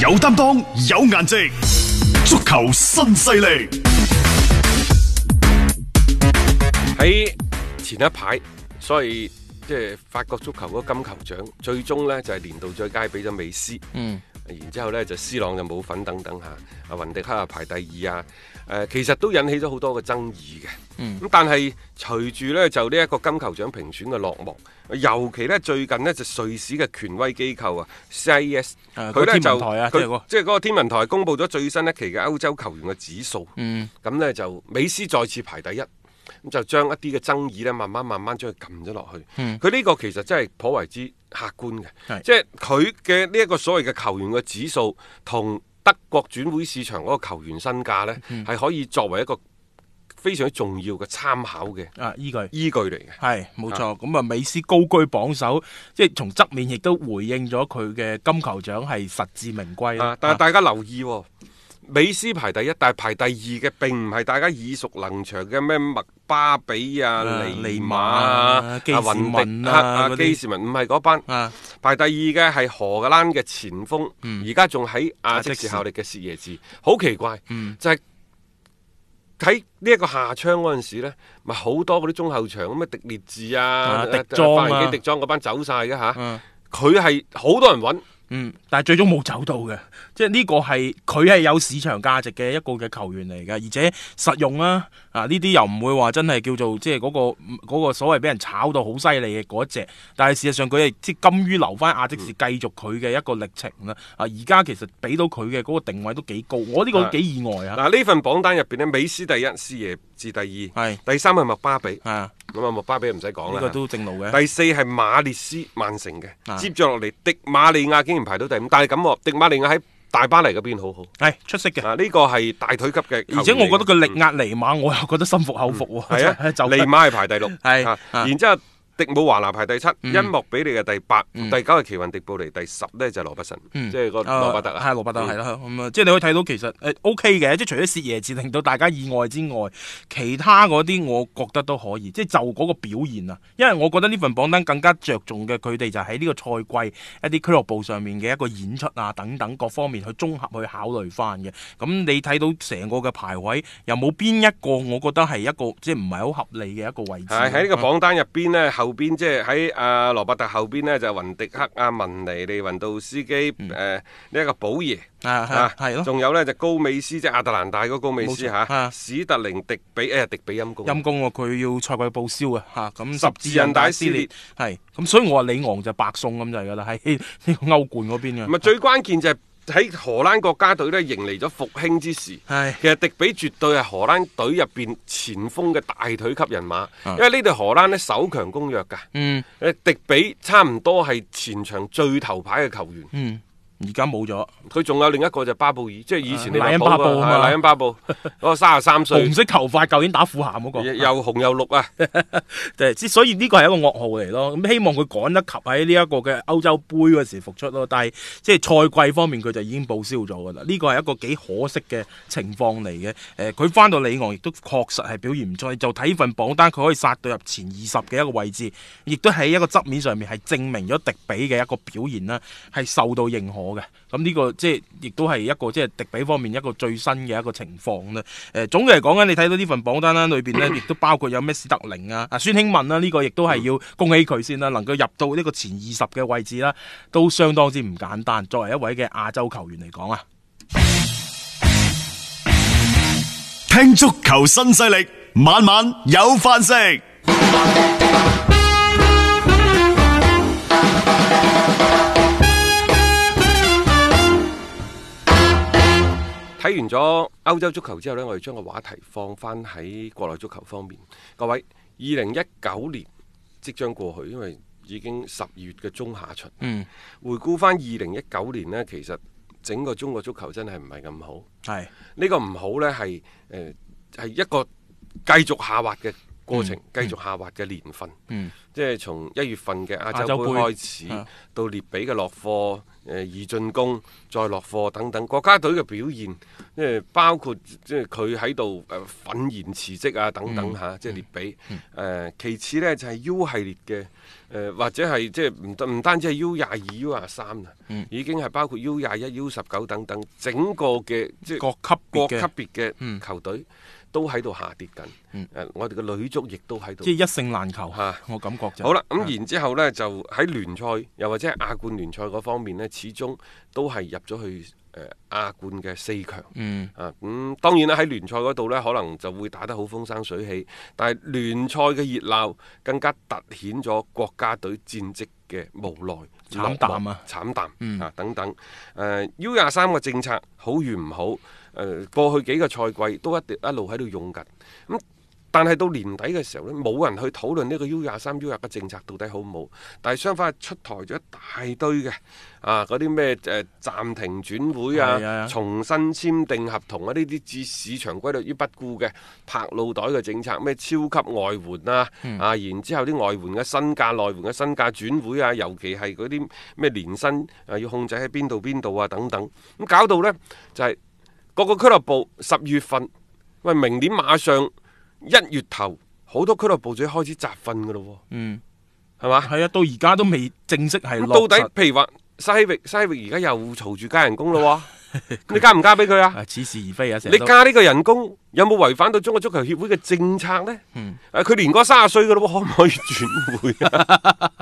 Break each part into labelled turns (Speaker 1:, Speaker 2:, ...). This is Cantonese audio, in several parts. Speaker 1: 有擔當，有顏值，足球新勢力。
Speaker 2: 喺前一排，所以即係法國足球嗰個金球獎，最終呢就係、年度最佳俾咗美斯。
Speaker 3: 嗯，
Speaker 2: 然之後呢，就 C 朗就冇份等等嚇，啊雲迪克啊排第二啊，誒、其實都引起咗好多嘅爭議嘅。咁、
Speaker 3: 嗯
Speaker 2: 但係隨住呢，就呢一個金球獎評選嘅落幕，尤其呢，最近呢，就瑞士嘅權威機構啊 CIS，
Speaker 3: 誒
Speaker 2: 佢
Speaker 3: 個
Speaker 2: 呢
Speaker 3: 天文
Speaker 2: 就
Speaker 3: 台啊即係嗰
Speaker 2: 佢
Speaker 3: 個
Speaker 2: 即係嗰個天文台公布咗最新一期嘅歐洲球員嘅指數。
Speaker 3: 嗯，
Speaker 2: 咁呢，就美斯再次排第一。咁就將一啲嘅爭議呢，慢慢慢慢將佢撳咗落去。佢呢、
Speaker 3: 嗯
Speaker 2: 個其實真係頗為之客觀嘅，
Speaker 3: 係
Speaker 2: 即係佢嘅呢一個所謂嘅球員嘅指數同德國轉會市場嗰個球員身價呢，
Speaker 3: 嗯
Speaker 2: 係、可以作為一個非常之重要嘅參考嘅
Speaker 3: 啊，依句。
Speaker 2: 依據嚟嘅。
Speaker 3: 係冇錯，咁啊美斯高居榜首，即係從側面亦都回應咗佢嘅金球獎係實至名歸啦
Speaker 2: 啊！但係大家留意、喎，美斯排第一，但係排第二嘅並唔係大家耳熟能詳嘅咩麥巴比啊、
Speaker 3: 啊
Speaker 2: 尼
Speaker 3: 尼
Speaker 2: 馬
Speaker 3: 馬
Speaker 2: 啊
Speaker 3: 啊、基士
Speaker 2: 雲
Speaker 3: 文
Speaker 2: 迪
Speaker 3: 啊
Speaker 2: 克啊、
Speaker 3: 嗰啲
Speaker 2: 基士文，唔係嗰班。
Speaker 3: 啊嗯
Speaker 2: 排第二嘅係荷蘭嘅前鋒，而家仲喺亞積士效力嘅薛耶治，好奇怪，
Speaker 3: 嗯
Speaker 2: 就係睇呢一個下窗嗰陣時咧，咪好多嗰啲中後場咁啊，迪列治啊
Speaker 3: 啊、迪莊
Speaker 2: 法
Speaker 3: 啊
Speaker 2: 蘭基迪莊嗰班走晒嘅吓，
Speaker 3: 啊
Speaker 2: 佢係好多人揾。
Speaker 3: 嗯，但係最終冇走到嘅，即係呢個係佢係有市場價值嘅一個嘅球員嚟嘅，而且實用啦、啊，呢啲又唔會話真係叫做即係嗰、個嗰、個所謂俾人炒到好犀利嘅嗰一隻，但係事實上佢係即係甘於留翻亞積士
Speaker 2: 嗯
Speaker 3: 繼續佢嘅一個歷程啦，啊而家其實俾到佢嘅嗰個定位都幾高，我呢個都幾意外啊，
Speaker 2: 嗱呢份榜單入邊呢，美斯第一，斯耶治第二，
Speaker 3: 係
Speaker 2: 第三係麥巴比，
Speaker 3: 係啊，
Speaker 2: 咁啊麥巴比唔使講
Speaker 3: 呢
Speaker 2: 啦。
Speaker 3: 個都正路嘅，
Speaker 2: 第四係馬列斯曼城嘅，
Speaker 3: 啊
Speaker 2: 接住落嚟迪馬利亞竟然排到第五，但係咁喎，迪馬利亞喺大巴黎嗰邊好好。
Speaker 3: 係出色嘅。
Speaker 2: 啊！呢個係大腿級嘅球員嚟嘅，
Speaker 3: 而且我覺得佢力壓尼馬，我又覺得心服口服喎。，
Speaker 2: 係啊
Speaker 3: 就
Speaker 2: 尼馬係排第六，
Speaker 3: 係
Speaker 2: 啊
Speaker 3: 啊嗯
Speaker 2: 然之後迪姆華拿排第七，恩莫比利嘅第八，第九係奇雲迪布尼，第十呢就係羅伯臣，即
Speaker 3: 嗯
Speaker 2: 係個羅伯特啊，
Speaker 3: 係羅伯特
Speaker 2: 嗯
Speaker 3: 係啦，咁啊，即係你可以睇到其實誒 O K 嘅，即係除咗薛耶治令到大家意外之外，其他嗰啲我覺得都可以，即係就嗰個表現啊，因為我覺得呢份榜單更加着重嘅佢哋就喺呢個賽季一啲俱樂部上面嘅一個演出啊等等各方面去綜合去考慮翻嘅。咁你睇到成個嘅排位，又冇邊一個我覺得係一個即係唔係好合理嘅一個位置。
Speaker 2: 係喺呢個榜單入邊呢，後邊即係喺阿羅伯特後邊呢，就雲迪克、阿文尼、利雲道斯基、誒呢一個寶爺
Speaker 3: 嗯啊係係咯。
Speaker 2: 仲有呢就高美斯，即係亞特蘭大嗰個高美斯
Speaker 3: 冇錯
Speaker 2: 嚇，
Speaker 3: 啊
Speaker 2: 史特靈、迪比誒迪比陰公，
Speaker 3: 陰公喎，佢要賽季報銷啊，嚇咁
Speaker 2: 十字韌帶撕裂，
Speaker 3: 係咁，所以我話李昂就白送咁就係噶啦，喺呢個歐冠嗰邊
Speaker 2: 咁啊
Speaker 3: 嘅，
Speaker 2: 最關鍵就係喺荷蘭國家隊呢，迎嚟咗復興之時。
Speaker 3: 係
Speaker 2: 其實迪比絕對係荷蘭隊入邊前鋒嘅大腿級人馬，
Speaker 3: 嗯
Speaker 2: 因為呢隊荷蘭呢守強攻弱㗎。
Speaker 3: 嗯
Speaker 2: 誒，迪比差唔多係前場最頭牌嘅球員，
Speaker 3: 嗯，而家冇咗
Speaker 2: 佢仲有另一個就係巴布爾，即係以前
Speaker 3: 啊
Speaker 2: 利物
Speaker 3: 賴恩
Speaker 2: 浦
Speaker 3: 巴布
Speaker 2: 嗰個
Speaker 3: 啊嘛
Speaker 2: 係賴恩巴布嗰個三十三歲
Speaker 3: 紅，色頭髮，舊年打富咸嗰個，
Speaker 2: 又紅又綠啊！
Speaker 3: 誒之所以呢個係一個噩耗嚟咯，咁希望佢趕得及喺呢一個嘅歐洲杯嗰時復出咯，但係即係賽季方面佢就已經報銷咗噶啦，呢個係一個幾可惜嘅情況嚟嘅。誒、佢翻到里昂亦都確實係表現唔錯，就睇份榜單佢可以殺到入前二十嘅一個位置，亦都喺一個側面上面係證明咗迪比嘅一個表現啦，係受到認可嘅。咁呢個即係亦都係一個即係迪比方面一個最新嘅一個情況啦。誒、總嘅嚟講咧，你睇到呢份榜單啦，裏 邊咧亦都包括有咩斯特靈啊、啊孫興文啦，呢、個亦都係
Speaker 2: 嗯
Speaker 3: 要恭喜佢先啦，能夠入到呢個前二十嘅位置啦，都相當之唔簡單。作為一位嘅亞洲球員嚟講啊，
Speaker 1: 聽足球新勢力，晚晚有飯食。
Speaker 2: 睇完咗歐洲足球之後呢，我哋將個話題放翻喺國內足球方面。各位，二零一九年即將過去，因為已經十二月嘅中下旬。
Speaker 3: 嗯，
Speaker 2: 回顧翻二零一九年呢，其實整個中國足球真係唔係咁好。呃
Speaker 3: 係
Speaker 2: 呢、個唔好呢，係誒係一個繼續下滑嘅過程繼續下滑嘅年份，
Speaker 3: 嗯
Speaker 2: 即係從一月份嘅亞
Speaker 3: 亞
Speaker 2: 洲
Speaker 3: 洲
Speaker 2: 杯
Speaker 3: 杯
Speaker 2: 開始
Speaker 3: 啊，
Speaker 2: 到列比嘅落課、誒、呃二進攻、再落課等等，國家隊嘅表現，即係包括即係佢喺度誒憤然辭職啊等
Speaker 3: 嗯
Speaker 2: 等嚇、即係列比誒、呃其次呢，就係、U 系列嘅誒、呃或者係即係唔單唔單止係 U 廿二、U 廿三啊，
Speaker 3: 嗯
Speaker 2: 已經係包括 U 廿一、U 十九等等整個嘅即係
Speaker 3: 各級
Speaker 2: 各
Speaker 3: 別嘅嗯
Speaker 2: 級別嘅球隊都喺度下跌緊。誒、我哋嘅女足亦都喺度
Speaker 3: 即係一勝難求
Speaker 2: 嚇
Speaker 3: 我感覺就
Speaker 2: 啊
Speaker 3: 啊
Speaker 2: 好啦，咁然之後呢，就喺聯賽又或者係亞冠聯賽嗰方面呢，始終都係入咗去誒、呃、亞冠嘅四強。
Speaker 3: 嗯
Speaker 2: 啊，咁、當然啦，喺聯賽嗰度呢，可能就會打得好風生水起，但係聯賽嘅熱鬧更加突顯咗國家隊戰績嘅無奈、
Speaker 3: 慘淡啊
Speaker 2: 落寞慘淡、
Speaker 3: 嗯
Speaker 2: 啊等等。誒、U 廿三嘅政策好與唔好，誒、過去幾個賽季都一直一路喺度用緊。咁、但係到年底嘅時候呢，冇人去討論呢個 U 廿三、U 廿嘅政策到底好唔好。但係相反係出台咗一大堆嘅啊嗰啲咩誒暫停轉會
Speaker 3: 係
Speaker 2: 啊
Speaker 3: 啊、
Speaker 2: 重新簽訂合同啊呢啲置市場規律於不顧嘅拍腦袋嘅政策，咩超級外援啊、
Speaker 3: 嗯
Speaker 2: 啊，然之後啲外援嘅身價、內援嘅身價轉會啊，尤其係嗰啲咩年薪啊要控制喺邊度邊度啊等等，咁搞到呢，就係、各個俱樂部十月份，喂明年馬上一月頭，好多俱樂部就要開始集訓噶咯
Speaker 3: 嗯，
Speaker 2: 喎，係嘛？
Speaker 3: 係啊，到而家都未正式係
Speaker 2: 咁
Speaker 3: 落
Speaker 2: 到
Speaker 3: 實
Speaker 2: 底譬如話西域西域而家又嘈住加人工咯喎，你加唔加俾佢 啊？
Speaker 3: 啊似是而非啊，成日
Speaker 2: 你
Speaker 3: 都
Speaker 2: 加呢個人工有冇違反到中國足球協會嘅政策呢？
Speaker 3: 嗯
Speaker 2: 啊佢年過三十歲噶咯喎，可 唔可以轉會啊？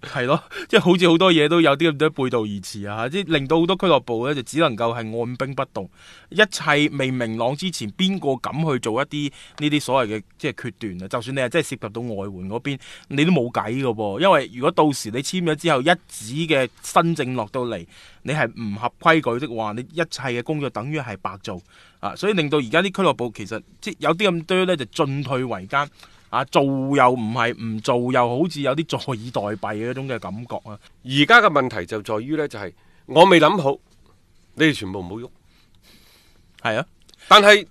Speaker 3: 係咯，即係好似好多嘢都有啲咁多背道而馳啊！即係令到好多俱樂部咧就只能夠係按兵不動，一切未明朗之前，邊個敢去做一啲呢啲所謂嘅即係決斷啊？就算你係真係涉及到外援嗰邊，你都冇計噶噃，因為如果到時你簽咗之後一紙嘅新政落到嚟，你係唔合規矩的話，你一切嘅工作等於係白做啊！所以令到而家啲俱樂部其實即係有啲咁多咧就進退維艱。啊，做又唔係，唔做又好似有啲坐以待斃嘅嗰種嘅感覺啊！
Speaker 2: 而家嘅問題就在於呢，就係我未諗好，你哋全部唔好喐。
Speaker 3: 係啊，
Speaker 2: 但係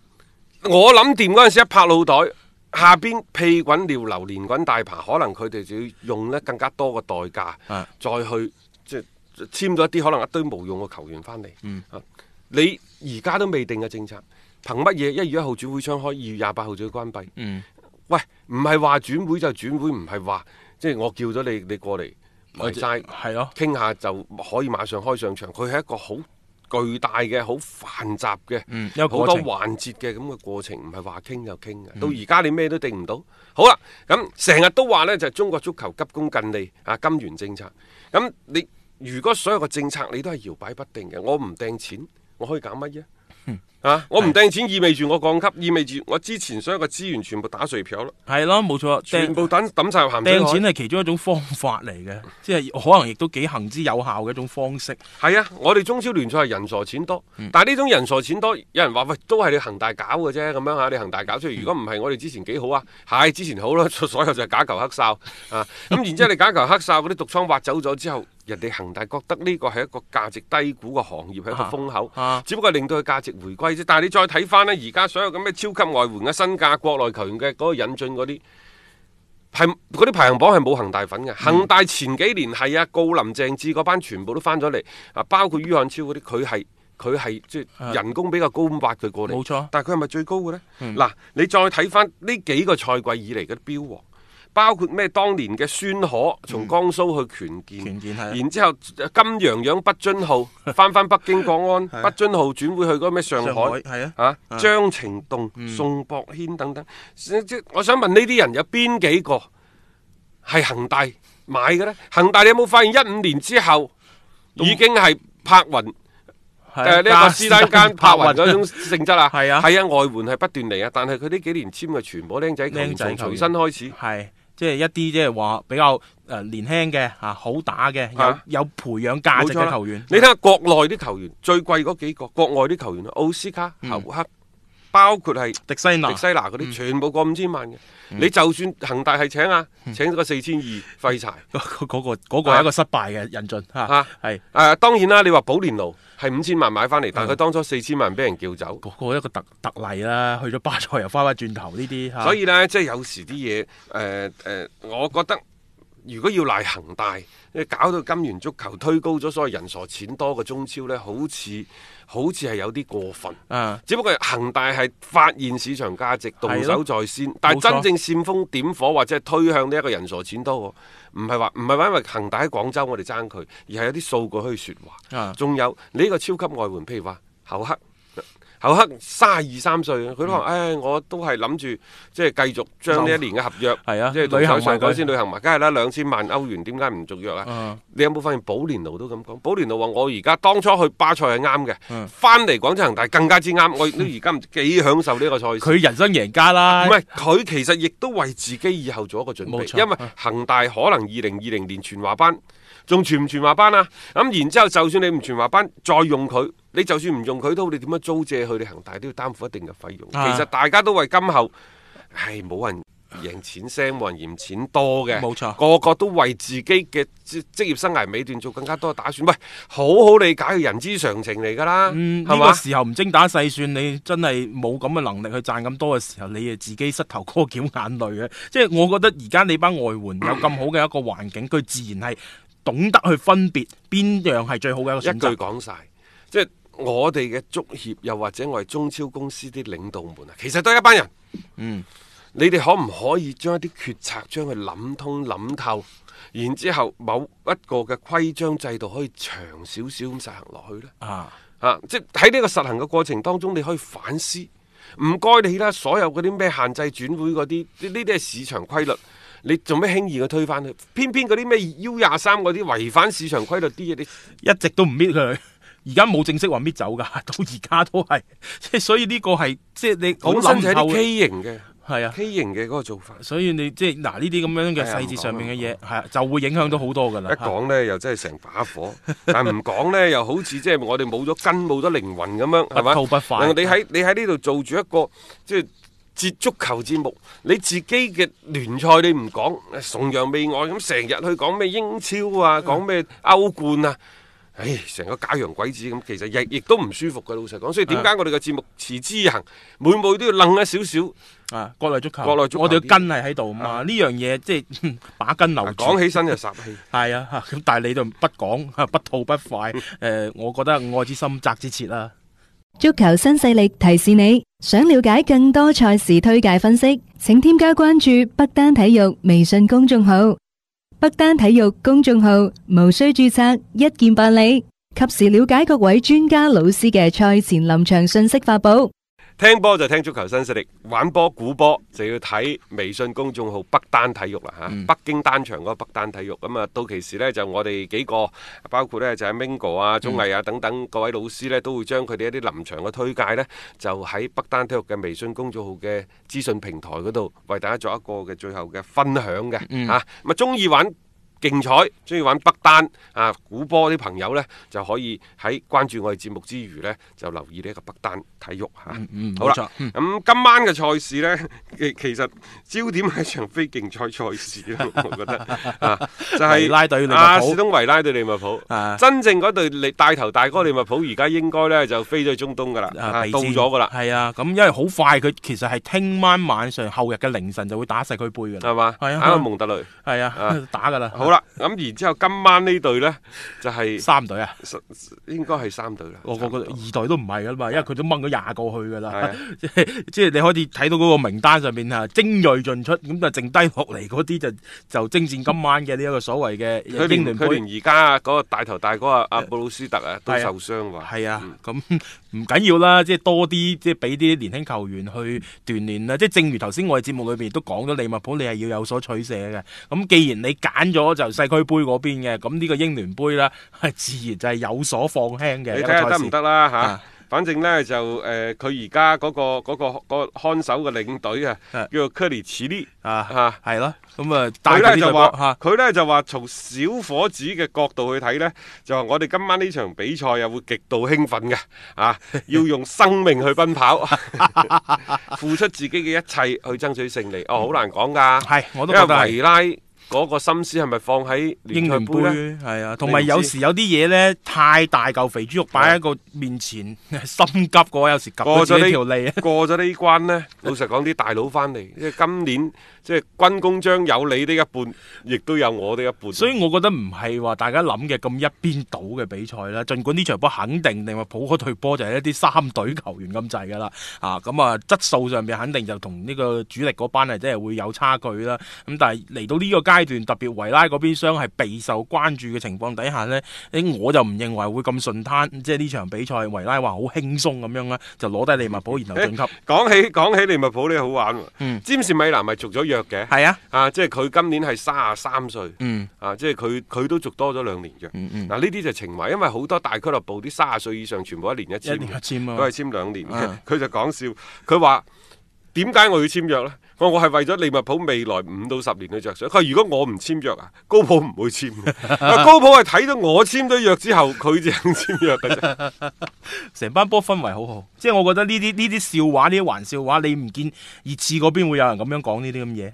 Speaker 2: 我諗掂嗰陣時一拍腦袋，下邊屁滾尿流、連滾帶爬，可能佢哋就要用咧更加多嘅代價，
Speaker 3: 啊
Speaker 2: 再去即係簽咗一啲可能一堆無用嘅球員翻嚟。
Speaker 3: 嗯
Speaker 2: 啊你而家都未定嘅政策，憑乜嘢一月一號轉會窗開，二月廿八號就要關閉？
Speaker 3: 嗯，
Speaker 2: 喂，唔係話轉會就轉會，唔係話即係我叫咗你，你過嚟埋齋。
Speaker 3: 係咯，
Speaker 2: 傾下就可以馬上開上場。佢係一個好巨大嘅、好繁雜嘅、好、
Speaker 3: 嗯一個過
Speaker 2: 多
Speaker 3: 程嗯
Speaker 2: 環節嘅咁嘅過程，唔係話傾就傾嘅。到而家你咩都定唔到。好啦，咁成日都話呢，就係中國足球急功近利啊，金元政策。咁你如果所有嘅政策你都係搖擺不定嘅，我唔掟錢，我可以搞 乜啫？
Speaker 3: 嗯
Speaker 2: 啊！我唔掟錢意味住我降級，意味住我之前所有嘅資源全部打碎票啦，
Speaker 3: 係咯，冇錯，
Speaker 2: 全
Speaker 3: 掟
Speaker 2: 部抌抌晒入鹹水
Speaker 3: 掟錢
Speaker 2: 海。
Speaker 3: 係其中一種方法嚟嘅，即係可能亦都幾行之有效嘅一種方式。
Speaker 2: 係啊，我哋中超聯賽係人傻錢多，
Speaker 3: 嗯
Speaker 2: 但係呢種人傻錢多，有人話喂都係你恒大搞嘅啫，咁樣嚇你恒大搞出
Speaker 3: 嗯
Speaker 2: 嚟。如果唔係，我哋之前幾好啊，係之前好啦， 所有就係假球黑哨啊。咁 然之後你假球黑哨嗰啲毒瘡挖走咗之後，人哋恒大覺得呢個係一個價值低估嘅行業，係一個
Speaker 3: 啊
Speaker 2: 風口，
Speaker 3: 啊
Speaker 2: 只不過令到佢價值回歸啫。但係你再睇翻呢，而家所有咁嘅超級外援嘅身價、國內球員嘅嗰個引進嗰啲。係嗰啲排行榜係冇恒大份
Speaker 3: 嗯
Speaker 2: 嘅，恒大前幾年係啊，郜林、鄭智嗰班全部都翻咗嚟，啊，包括于漢超嗰啲，佢係佢係即係
Speaker 3: 啊
Speaker 2: 人工比較高咁挖佢過嚟，
Speaker 3: 冇錯
Speaker 2: 但係佢係咪最高嘅呢？
Speaker 3: 嗯
Speaker 2: 嗱、你再睇翻呢幾個賽季以嚟嘅標王，包括咩當年嘅孫可從江蘇去權健，
Speaker 3: 權健係啊
Speaker 2: 然之後呃金洋洋畢津 浩翻翻北京國安，
Speaker 3: 係啊
Speaker 2: 畢津浩轉會去嗰個咩上
Speaker 3: 上
Speaker 2: 海
Speaker 3: 海。係啊，嗯
Speaker 2: 啊，張呈棟、宋博軒等等，即即我想問呢啲人有邊幾個係恒大買嘅呢？恒大你有冇發現一五年之後已經係柏雲
Speaker 3: 係
Speaker 2: 誒
Speaker 3: 啊
Speaker 2: 呢一個斯丹間柏雲嗰種性質啊？
Speaker 3: 係啊
Speaker 2: 係啊，外援係不斷嚟啊，但係佢呢幾年簽嘅全部僆仔球員，
Speaker 3: 僆仔
Speaker 2: 從
Speaker 3: 球員
Speaker 2: 隨身開始。
Speaker 3: 係即係一啲即係話比較誒年輕嘅嚇好打嘅
Speaker 2: 啊
Speaker 3: 有有培養價值
Speaker 2: 冇錯
Speaker 3: 嘅
Speaker 2: 啦
Speaker 3: 球員，嗯
Speaker 2: 你睇下國內啲球員最貴嗰幾個，國外啲球員奧斯卡、侯克、包括係
Speaker 3: 迪西拿
Speaker 2: 迪西拿
Speaker 3: 嗯
Speaker 2: 嗰啲，全部過五千萬嘅。你就算恒大係請啊，
Speaker 3: 嗯
Speaker 2: 請咗個四千二廢柴。
Speaker 3: 嗰嗰嗰個嗰個係一個失敗嘅引進
Speaker 2: 啊
Speaker 3: 嚇，係
Speaker 2: 誒、當然啦，你話寶蓮奴係五千萬買翻嚟，但
Speaker 3: 嗯
Speaker 2: 係佢當初四千萬俾人叫走，
Speaker 3: 嗰個一個特特例啦。 去咗巴塞又翻返轉頭 呢啲嚇，
Speaker 2: 所以呢，即係有時啲嘢誒誒，我覺得如果要賴恒大，你搞到金元足球推高咗所謂人傻錢多嘅中超呢，好似好似係有啲過分。
Speaker 3: 啊
Speaker 2: 只不過恒大係發現市場價值，動手在先，但係
Speaker 3: 冇錯
Speaker 2: 真正煽風點火或者係推向呢一個人傻錢多喎，唔係話唔係話因為恒大喺廣州我哋爭佢，而係有啲數據可以説話。
Speaker 3: 啊
Speaker 2: 仲有你呢個超級外援，譬如話侯克。 侯克三十二三歲，佢都
Speaker 3: 嗯
Speaker 2: 話：，唉，我都係諗住即係繼續將呢一年嘅合約，
Speaker 3: 係啊
Speaker 2: 即係
Speaker 3: 履
Speaker 2: 同
Speaker 3: 行
Speaker 2: 手上
Speaker 3: 埋
Speaker 2: 講
Speaker 3: 佢
Speaker 2: 先履行埋，梗係啦，兩千萬歐元點解唔續約啊？
Speaker 3: 嗯
Speaker 2: 你有冇發現保連奴都咁講？保連奴話：我而家當初去巴塞係啱嘅，翻嚟廣州恒大更加之啱，我亦都而家唔幾享受呢個賽事。
Speaker 3: 佢人生贏家啦
Speaker 2: 唔。係，佢其實亦都為自己以後做一個準
Speaker 3: 冇
Speaker 2: 備，
Speaker 3: 錯啊
Speaker 2: 因為恒大可能二零二零年全華班，啊仲全唔全華班啊？咁然之後，就算你唔全華班，再用佢，你就算唔用佢都好，你點樣租借佢？你恒大都要擔負一定嘅費用。
Speaker 3: 啊
Speaker 2: 其實大家都為今後，唉，冇人。贏錢聲，冇人嫌錢多嘅，
Speaker 3: 冇錯
Speaker 2: 個個都為自己嘅職職業生涯尾段做更加多嘅打算。喂，好好理解，人之常情嚟㗎啦，
Speaker 3: 嗯，
Speaker 2: 係
Speaker 3: 呢
Speaker 2: 嘛
Speaker 3: 個？時候唔精打細算，你真係冇咁嘅能力去賺咁多嘅時候，你啊自己膝頭哥繳眼淚嘅。 即係我覺得而家你班外援有咁好嘅一個環境，佢自然係懂得去分別邊樣係最好嘅一個
Speaker 2: 一
Speaker 3: 選
Speaker 2: 句
Speaker 3: 擇。
Speaker 2: 講晒，即係我哋嘅足協又或者我哋中超公司啲領導們啊，其實都係一班人。
Speaker 3: 嗯，
Speaker 2: 你哋可唔可以將一啲決策將佢諗通諗透，然之後某一個嘅規章制度可以長少少咁實行落去呢？
Speaker 3: 啊，
Speaker 2: 啊，即係喺呢個實行嘅過程當中，你可以反思。唔該你啦，所有嗰啲咩限制轉會嗰啲，呢呢啲係市場規律。你做咩輕易嘅推翻佢？偏偏嗰啲咩 U 廿三嗰啲違反市場規律啲嘢，你
Speaker 3: 一直都唔搣佢。 而家冇正式話搣走㗎，到而家都係， 即係所以呢個係即係你好
Speaker 2: 本身就係
Speaker 3: 諗唔
Speaker 2: 啲
Speaker 3: 透嘅，
Speaker 2: 畸形嘅。
Speaker 3: 係啊，
Speaker 2: 畸形嘅嗰個做 法。
Speaker 3: 所以你即係嗱呢啲咁樣嘅
Speaker 2: 哎呀
Speaker 3: 細
Speaker 2: 唔
Speaker 3: 節
Speaker 2: 講
Speaker 3: 上面嘅
Speaker 2: 啦
Speaker 3: 嘢，係啊就會影響到好多㗎
Speaker 2: 一
Speaker 3: 啦。
Speaker 2: 講呢，又真係成把火，但唔講呢，又好似即係我哋冇咗根、冇咗靈魂咁樣，係
Speaker 3: 不吐不快
Speaker 2: 咪？你喺你喺呢度做住一個即係接足球節目，你自己嘅聯賽你唔講，崇洋媚外咁成日去講咩英超啊，講咩歐冠啊。唉，成個假洋鬼子咁，其實亦亦都唔舒服嘅。老實講，所以點解我哋嘅節目持之以恆，每每都要楞一少少。
Speaker 3: 啊，國內足球，
Speaker 2: 國內足球
Speaker 3: 我哋嘅
Speaker 2: 啲啊
Speaker 3: 根係喺度嘛，呢樣嘢即係 把根留住。
Speaker 2: 講起身就霎氣。
Speaker 3: 係啊，嚇咁但係你就不講， 嚇不吐不 快。誒、我覺得愛之深，責之切啦。
Speaker 4: 足球新勢力提示你，想了解更多賽事推介分析，請添加關注北單體育微信公眾號。北單體育公眾號無需注冊，一鍵辦理，及時了解各位專家老師嘅賽前臨場信息發布。
Speaker 2: 聽波就聽足球新勢力，玩波估波就要睇微信公眾號北單體育啦嚇，北京單場嗰個北單體育咁啊，到其時呢，就我哋幾個，啊包括呢就係 Mingo 啊、鐘毅啊等等各位老師呢，都會將佢哋一啲臨場嘅推介呢，就喺北單體育嘅微信公眾號嘅資訊平台嗰度為大家作一個嘅最後嘅分享嘅嚇，咁啊中意玩。競彩中意玩北單啊、估波啲朋友呢，就可以喺關注我哋節目之餘呢，就留意呢一個北單體育嚇。
Speaker 3: 嗯
Speaker 2: 好
Speaker 3: 冇錯
Speaker 2: 啦，咁、今晚嘅賽事呢，其其實焦點係一場非競賽賽事 咯，我覺得啊，就
Speaker 3: 維拉對利物浦
Speaker 2: 阿士東維拉對利物浦，
Speaker 3: 啊
Speaker 2: 真正嗰隊利帶頭大哥利物浦，而家應該呢就飛咗去中東噶啦，啊
Speaker 3: 備
Speaker 2: 到
Speaker 3: 戰
Speaker 2: 咗噶啦，
Speaker 3: 係啊，咁因為好快，佢其實係聽晚晚上後日嘅凌晨就會打世俱杯噶
Speaker 2: 係
Speaker 3: 啦。
Speaker 2: 嘛？
Speaker 3: 係
Speaker 2: 啱
Speaker 3: 啊
Speaker 2: 啱蒙特雷，
Speaker 3: 係
Speaker 2: 啊
Speaker 3: 啊， 打噶啦。
Speaker 2: 好，啦，咁然之後今晚呢隊呢，就係、
Speaker 3: 三隊啊，
Speaker 2: 應該係三隊啦，
Speaker 3: 我
Speaker 2: 差
Speaker 3: 我
Speaker 2: 唔多
Speaker 3: 覺得二隊都唔係噶嘛，因為佢都掹咗廿個去噶
Speaker 2: 係
Speaker 3: 啦
Speaker 2: 啊。
Speaker 3: 即係即係你可以睇到嗰個名單上面啊，精鋭進出，咁就剩低落嚟嗰啲就就征戰今晚嘅呢一個所謂
Speaker 2: 佢
Speaker 3: 嘅英
Speaker 2: 連
Speaker 3: 聯
Speaker 2: 佢
Speaker 3: 杯
Speaker 2: 連。而家啊嗰個大頭大哥啊阿布魯斯特啊都
Speaker 3: 係啊
Speaker 2: 受傷話。
Speaker 3: 係啊，咁唔緊要啦，即係多啲即係俾啲年輕球員去鍛鍊啦。即係正如頭先我哋節目裏邊都講咗，利物浦你係要有所取捨嘅。咁既然你揀咗就世俱杯嗰 邊嘅，咁呢個英聯杯啦，係自然就係有所放輕嘅。
Speaker 2: 你睇下
Speaker 3: 一個賽
Speaker 2: 得
Speaker 3: 事
Speaker 2: 唔？得啦
Speaker 3: 啊
Speaker 2: 吓？反正呢，就誒，佢而家嗰個嗰、個嗰個看守嘅領隊啊，
Speaker 3: 啊
Speaker 2: 叫做科尼茨利
Speaker 3: 啊
Speaker 2: 啊，
Speaker 3: 係咯，咁啊，
Speaker 2: 佢
Speaker 3: 但
Speaker 2: 呢
Speaker 3: 係
Speaker 2: 就
Speaker 3: 話
Speaker 2: 話
Speaker 3: 嚇，
Speaker 2: 佢呢就話從小伙子嘅角度去睇呢， 就話我哋今晚呢場比賽啊會極度興奮嘅 啊，要用生命去奔跑， 付出自己嘅一切去爭取勝利。哦，好難講㗎，
Speaker 3: 係我都
Speaker 2: 因為
Speaker 3: 覺得係
Speaker 2: 維拉嗰個心思係咪放喺聯
Speaker 3: 英
Speaker 2: 賽
Speaker 3: 聯
Speaker 2: 杯呢？
Speaker 3: 杯係啊，同埋
Speaker 2: 你唔知
Speaker 3: 有時有啲嘢咧太大嚿肥豬肉擺喺個 面前，心急嘅話有時及到自己條脷啊。
Speaker 2: 過咗呢關 呢，老實講啲大佬翻嚟，即係今年即係軍功章有你的一半，亦都有我的一半。
Speaker 3: 所以我覺得唔係話大家諗嘅咁一邊倒嘅比賽啦。儘管呢場波肯定利物浦嗰隊波就係一啲三隊球員咁滯㗎啦，啊咁啊質素上面肯定就同呢個主力嗰班係真係會有差距啦。咁但係嚟到呢個階段，特別維拉嗰邊傷係備受關注嘅情況底下呢，誒我就唔認為會咁順攤，即係呢場比賽維拉話好輕鬆咁樣啦，就攞低利物浦然後晉級。
Speaker 2: 講起講起利物浦呢，好玩喎。
Speaker 3: 嗯
Speaker 2: 詹士米蘭咪續咗約嘅，
Speaker 3: 係啊，
Speaker 2: 啊，即係佢今年係三十三歲，
Speaker 3: 嗯
Speaker 2: 啊，即係佢佢都續多咗兩年約。
Speaker 3: 嗯
Speaker 2: 嗱
Speaker 3: 嗯，
Speaker 2: 呢啲就情懷，因為好多大俱樂部啲三十歲以上全部一年一
Speaker 3: 一
Speaker 2: 簽
Speaker 3: 年一
Speaker 2: 嘅，
Speaker 3: 簽
Speaker 2: 佢
Speaker 3: 啊
Speaker 2: 係，簽兩年嘅
Speaker 3: 啊。
Speaker 2: 佢就講笑，佢話點解我要簽約呢？啊我我係為咗利物浦未來五到十年去着想。佢話如果我唔簽約啊，高普唔會簽嘅。 啊高普係睇到我簽咗約之後，佢就肯簽約嘅啫。
Speaker 3: 成班波氛圍好好，即係我覺得呢啲呢啲笑話呢啲玩笑話，你唔見熱刺嗰邊會有人咁樣講呢啲咁嘢，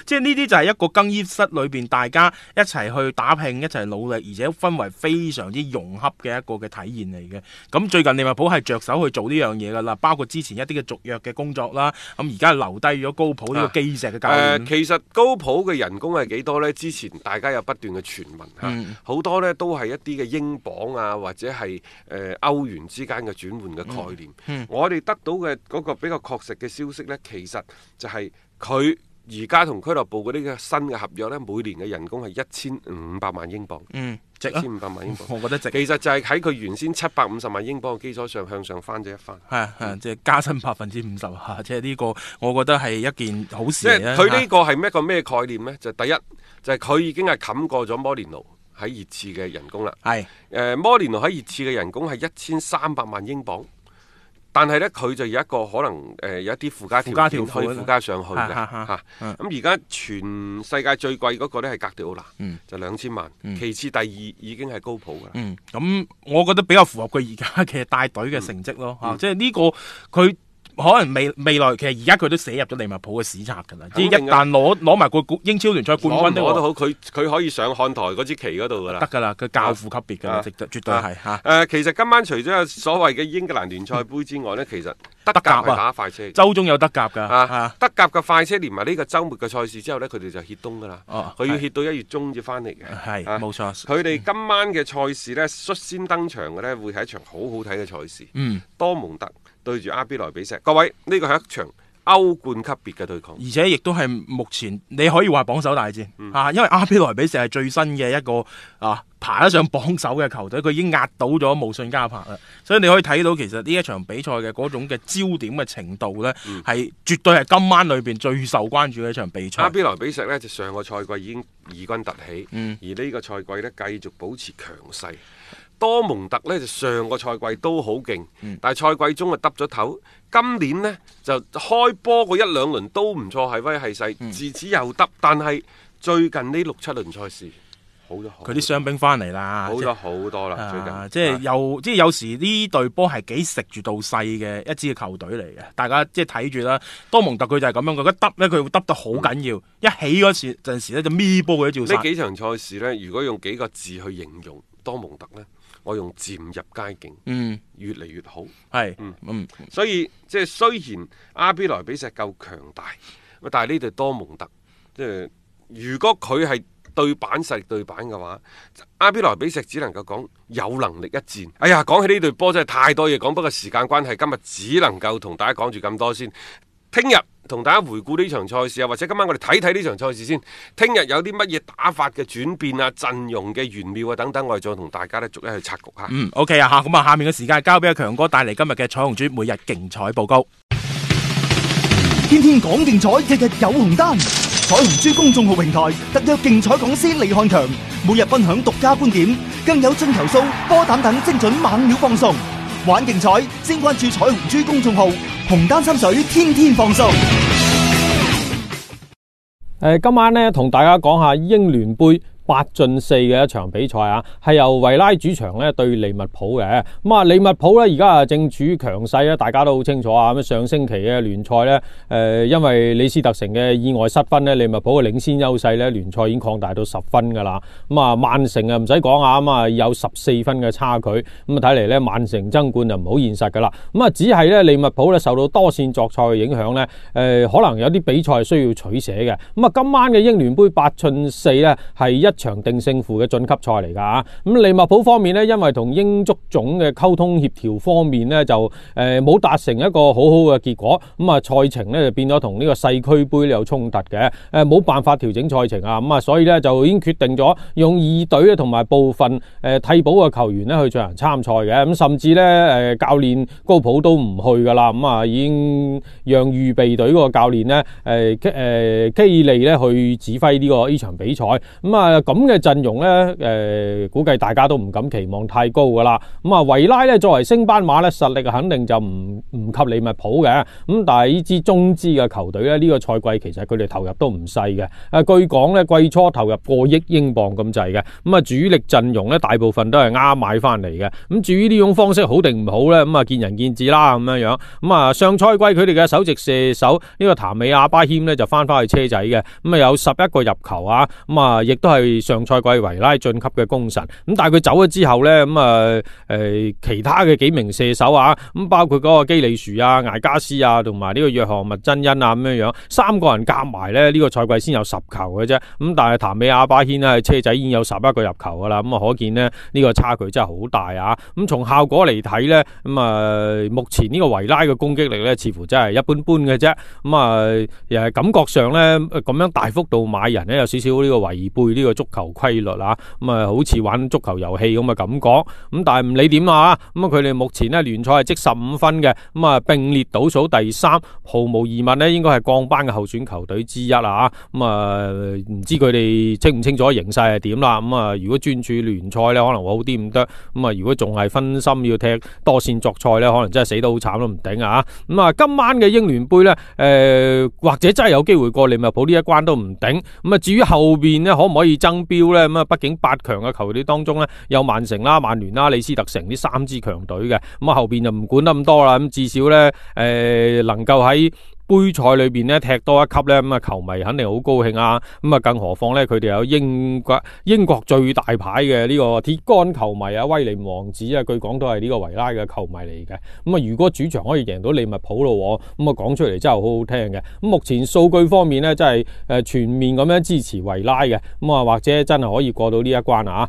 Speaker 3: 即係呢啲就係一個更衣室裏邊大家一齊去打拼、一齊努力，而且氛圍非常之融洽嘅一個嘅體現嚟嘅。咁最近利物浦係着手去做呢樣嘢㗎啦，包括之前一啲嘅續約嘅工作啦，咁而家留低咗高普呢個基石嘅教
Speaker 2: 啊誒、
Speaker 3: 練。
Speaker 2: 其實高普嘅人工係幾多呢？之前大家有不斷嘅傳聞嚇
Speaker 3: 嗯，
Speaker 2: 好、多呢都係一啲嘅英鎊啊，或者係誒、呃、歐元之間嘅轉換嘅概念。
Speaker 3: 嗯
Speaker 2: 我哋得到嘅嗰個比較確實嘅消息呢，其實就係佢。而家同俱樂部嗰啲嘅新嘅合約呢，每年嘅人工係一千五百萬英鎊，
Speaker 3: 嗯，值
Speaker 2: 一
Speaker 3: 啊
Speaker 2: 千，五百萬英鎊。
Speaker 3: 我覺得值。
Speaker 2: 其實就係喺佢原先七百五十萬英鎊嘅基礎上向上翻咗一番。
Speaker 3: 係啊係
Speaker 2: 嗯
Speaker 3: 啊，即係加薪百分之五十 嚇，即係呢個我覺得係一件好事
Speaker 2: 即係
Speaker 3: 嚟啊
Speaker 2: 佢呢個係咩一個咩概念呢？就第一就係、佢已經係冚過咗摩連奴喺熱刺嘅人工啦。
Speaker 3: 係
Speaker 2: 誒、摩連奴喺熱刺嘅人工係一千三百萬英鎊，但係呢，佢就有一個可能誒、呃有一啲附加條
Speaker 3: 附加
Speaker 2: 件
Speaker 3: 條
Speaker 2: 可以
Speaker 3: 款
Speaker 2: 附加上去嘅
Speaker 3: 嚇嚇
Speaker 2: 嚇
Speaker 3: 嗯
Speaker 2: 咁而家全世界最貴嗰個呢係格迪奧拿，
Speaker 3: 嗯
Speaker 2: 就兩千萬。
Speaker 3: 嗯
Speaker 2: 其次第二已經係高普㗎啦。
Speaker 3: 嗯，咁我覺得比較符合佢而家嘅帶隊嘅成績咯，嚇、啊
Speaker 2: 嗯
Speaker 3: 即係呢個佢可能未未來其實而家佢都寫入咗利物浦嘅史冊㗎啦，即
Speaker 2: 肯
Speaker 3: 係
Speaker 2: 定
Speaker 3: 一
Speaker 2: 㗎
Speaker 3: 旦攞攞埋個冠英超聯賽冠
Speaker 2: 攞唔
Speaker 3: 軍
Speaker 2: 攞都
Speaker 3: 都
Speaker 2: 好，佢佢可以上看台嗰支旗嗰度㗎
Speaker 3: 得
Speaker 2: 啦。
Speaker 3: 㗎啦，佢教父級別㗎
Speaker 2: 啊
Speaker 3: 啦，絕對絕對係嚇。
Speaker 2: 誒、其實今晚除咗有所謂嘅英格蘭聯賽杯之外 呢，其實德
Speaker 3: 德甲
Speaker 2: 甲
Speaker 3: 啊
Speaker 2: 係打快車嘅。
Speaker 3: 周中有德甲㗎，
Speaker 2: 啊
Speaker 3: 啊，
Speaker 2: 德甲嘅快車連埋呢個週末嘅賽事之後呢，佢哋就歇冬噶啦。
Speaker 3: 哦
Speaker 2: 佢要
Speaker 3: 係
Speaker 2: 歇到一月中至翻嚟嘅。
Speaker 3: 係
Speaker 2: 啊
Speaker 3: 冇錯，
Speaker 2: 佢哋今晚嘅賽事呢，率先登場嘅呢，會係一場好好睇嘅賽事。
Speaker 3: 嗯，
Speaker 2: 多蒙特對住阿比萊比錫，各位呢個係一場歐冠級別嘅對抗。
Speaker 3: 而且亦都係目前你可以話榜首大戰、
Speaker 2: 嗯
Speaker 3: 啊，因為阿比萊比錫係最新嘅一個啊爬得上榜首嘅球隊，佢已經壓倒咗慕遜加柏啦，所以你可以睇到其實呢一場比賽嘅嗰種嘅焦點嘅程度呢，
Speaker 2: 嗯
Speaker 3: 係、絕對係今晚裏邊最受關注嘅一場比賽
Speaker 2: 阿。比萊比錫呢，就上個賽季已經異軍突起，
Speaker 3: 嗯
Speaker 2: 而呢個賽季呢，繼續保持強勢。多蒙特呢，就上個賽季都好勁，
Speaker 3: 嗯
Speaker 2: 但係賽季中啊耷咗頭。今年呢，就開波嗰一兩輪都唔錯，係威係
Speaker 3: 嗯
Speaker 2: 勢，自此又耷。但係最近呢六七輪賽事好咗好多，
Speaker 3: 佢啲傷兵翻嚟啦，
Speaker 2: 好
Speaker 3: 即係
Speaker 2: 咗好多啦。最近
Speaker 3: 啊，即係有即係有時呢隊波係幾食住到細嘅一支嘅球隊嚟嘅，大家即係睇住啦。多蒙特佢就係咁樣，佢一耷咧佢會耷得好緊要，一起嗰時陣時咧就咪波佢都
Speaker 2: 呢
Speaker 3: 照殺。
Speaker 2: 幾場賽事呢，如果用幾個字去形容多蒙特呢，我用漸入佳境，
Speaker 3: 嗯，
Speaker 2: 越嚟越好。
Speaker 3: 係，
Speaker 2: 嗯
Speaker 3: 嗯，
Speaker 2: 所以即係雖然阿比萊比錫夠強大，咁但係呢隊多蒙特，即係如果佢係對板實力對板嘅話，阿比萊比錫只能夠講有能力一戰。哎呀，講起呢隊波真係太多嘢講，不過時間關係，今日只能夠同大家講住咁多先。聽日同大家回顧呢場賽事啊，或者今晚我哋睇睇呢場賽事先。聽日有啲乜嘢打法嘅轉變啊、陣容嘅玄妙啊等等，我哋再同大家咧逐一去拆局下。
Speaker 3: 嗯，OK 啊吓，咁啊，下面嘅時間交俾阿強哥帶嚟今日嘅彩虹珠每日競彩報告。
Speaker 5: 天天講競彩，日日有紅單。彩虹珠公眾號平台特約競彩講師李漢強，每日分享獨家觀點，更有進球數、波膽等精準猛料放送。玩竞彩，先关注彩虹珠公众号，红单心水，天天放送。
Speaker 6: 诶、今晚咧同大家講下英聯杯。八進四嘅一場比賽啊，係由維拉主場咧對利物浦嘅。咁啊，利物浦咧而家啊正處強勢咧，大家都好清楚啊。咁上星期嘅聯賽咧，誒、因為李斯特城嘅意外失分咧，利物浦嘅領先優勢咧，聯賽已經擴大到十分㗎啦。咁啊，曼城啊唔使講啊，咁啊有十四分嘅差距。咁啊，睇嚟咧曼城爭冠就唔好現實㗎啦。咁啊，只係咧利物浦咧受到多線作賽嘅影響咧，誒、可能有啲比賽係需要取捨嘅。咁啊，今晚嘅英聯杯八進四咧係一場定勝負嘅晉級賽嚟㗎啊咁利物浦方面咧，因為同英足總嘅溝通協調方面咧就誒冇達成一個好好嘅結果，咁啊賽程咧就變咗同呢個世區杯有衝突嘅，誒冇辦法調整賽程啊，咁啊所以咧就已經決定咗用二隊啊咧同埋部分誒替補嘅球員咧去進行參賽嘅，咁甚至咧誒教練高普都唔去㗎啦，咁啊已經讓預備隊嗰個教練咧誒基誒基利咧去指揮呢、個呢場比賽，咁啊咁嘅陣容咧誒、估計大家都唔敢期望太高㗎啦，咁啊維拉咧作為升班馬咧實力肯定就唔唔及利物浦嘅，咁但係呢支中資嘅球隊咧呢、個賽季其實佢哋投入都唔細嘅，啊據講咧季初投入過億英鎊咁滯嘅，咁啊主力陣容咧大部分都係啱買翻嚟嘅，咁至於呢種方式好定唔好咧，咁啊見仁見智啦咁樣樣，咁啊上賽季佢哋嘅首席射手呢、個譚美亞巴謙咧就翻返去車仔嘅，咁啊有十一個入球啊，咁啊亦都係上賽季維拉晉級嘅功臣，咁但係佢走咗之後咧，咁啊誒其他嘅幾名射手啊，咁包括嗰個基利樹啊、艾加斯啊，同埋呢個約翰麥真恩啊咁樣樣，三個人夾埋咧呢、呢個賽季先有十球嘅啫。咁但係譚美亞巴軒啊，車仔已經有十一個入球噶啦，咁啊可見呢，呢、個差距真係好大啊！咁從效果嚟睇咧，咁啊目前呢個維拉嘅攻擊力咧，似乎真係一般般嘅啫。咁啊又係感覺上咧咁樣大幅度買人咧，有少少呢個違背呢個足球規律啊。咁啊好似玩足球遊戲咁嘅感覺。咁但係唔理點啊，咁啊佢哋目前呢聯賽係積十五分嘅，咁啊並列倒數第三，毫無疑問呢應該係降班嘅候選球隊之一啦嚇。咁啊唔知佢哋清唔清楚形勢係點啦。咁啊如果專注聯賽呢，可能會好啲唔得。咁啊如果仲係分心要踢多線作賽呢，可能真係死得好慘都唔頂啊。咁啊今晚嘅英聯杯呢，誒、或者真係有機會過利物浦呢一關都唔頂。咁啊至於後邊呢，可唔可以爭標呢？咁啊畢竟八強嘅球隊當中呢。有曼城啦、曼聯啦、李斯特城呢三支強隊嘅，咁啊後邊就唔管得咁多啦，咁至少咧誒、呃能夠喺。杯賽裏邊咧踢多一級咧，咁啊球迷肯定好高興啊！咁啊，更何況咧，佢哋有英國英國最大牌嘅呢個鐵杆球迷啊，威廉王子啊，據講都係呢個維拉嘅球迷嚟嘅。咁啊，如果主場可以贏到利物浦咯喎，咁啊講出嚟真係好好聽嘅。咁目前數據方面咧，真係誒全面咁樣支持維拉嘅，咁啊或者真係可以過到呢一關啊！